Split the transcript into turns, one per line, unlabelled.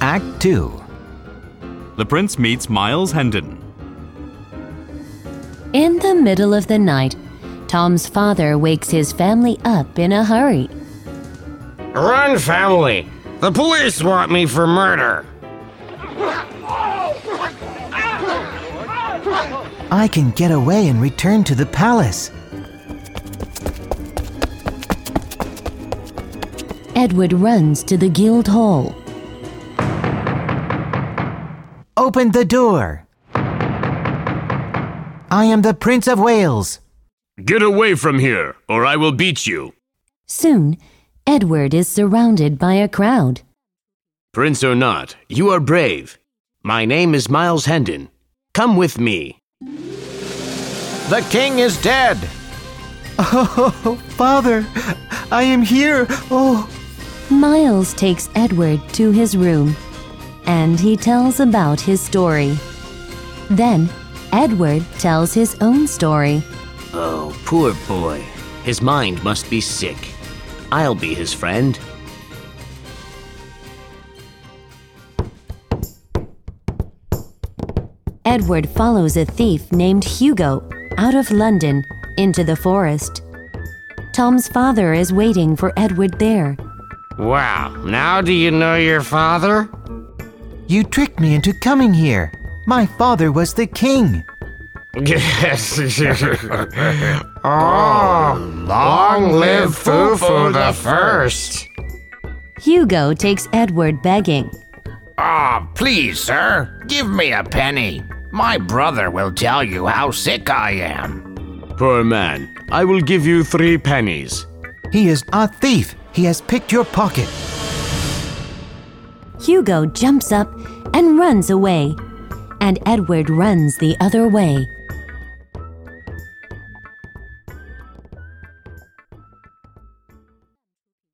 Act 2.
The prince meets Miles Hendon.
In the middle of the night, Tom's father wakes his family up in a hurry.
Run, family! The police want me for murder!
I can get away and return to the palace.
Edward runs to the guild hall.
Open the door. I am the Prince of Wales.
Get away from here, or I will beat you.
Soon, Edward is surrounded by a crowd.
Prince or not, you are brave.
My name is Miles Hendon. Come with me.
The king is dead.
Oh, Father, I am here. Oh,
Miles takes Edward to his room and he tells about his story. Then, Edward tells his own story.
Oh, poor boy. His mind must be sick. I'll be his friend.
Edward follows a thief named Hugo out of London into the forest. Tom's father is waiting for Edward there.
Wow, now do you know your father?
you tricked me into coming here. My father was the king.
Yes. oh, long live Fufu the First!
Hugo takes Edward begging.
Ah, please, sir, give me a penny. My brother will tell you how sick I am.
Poor man, I will give you three pennies.
He is a thief. He has picked your pocket.
Hugo jumps up and runs away, and Edward runs the other way.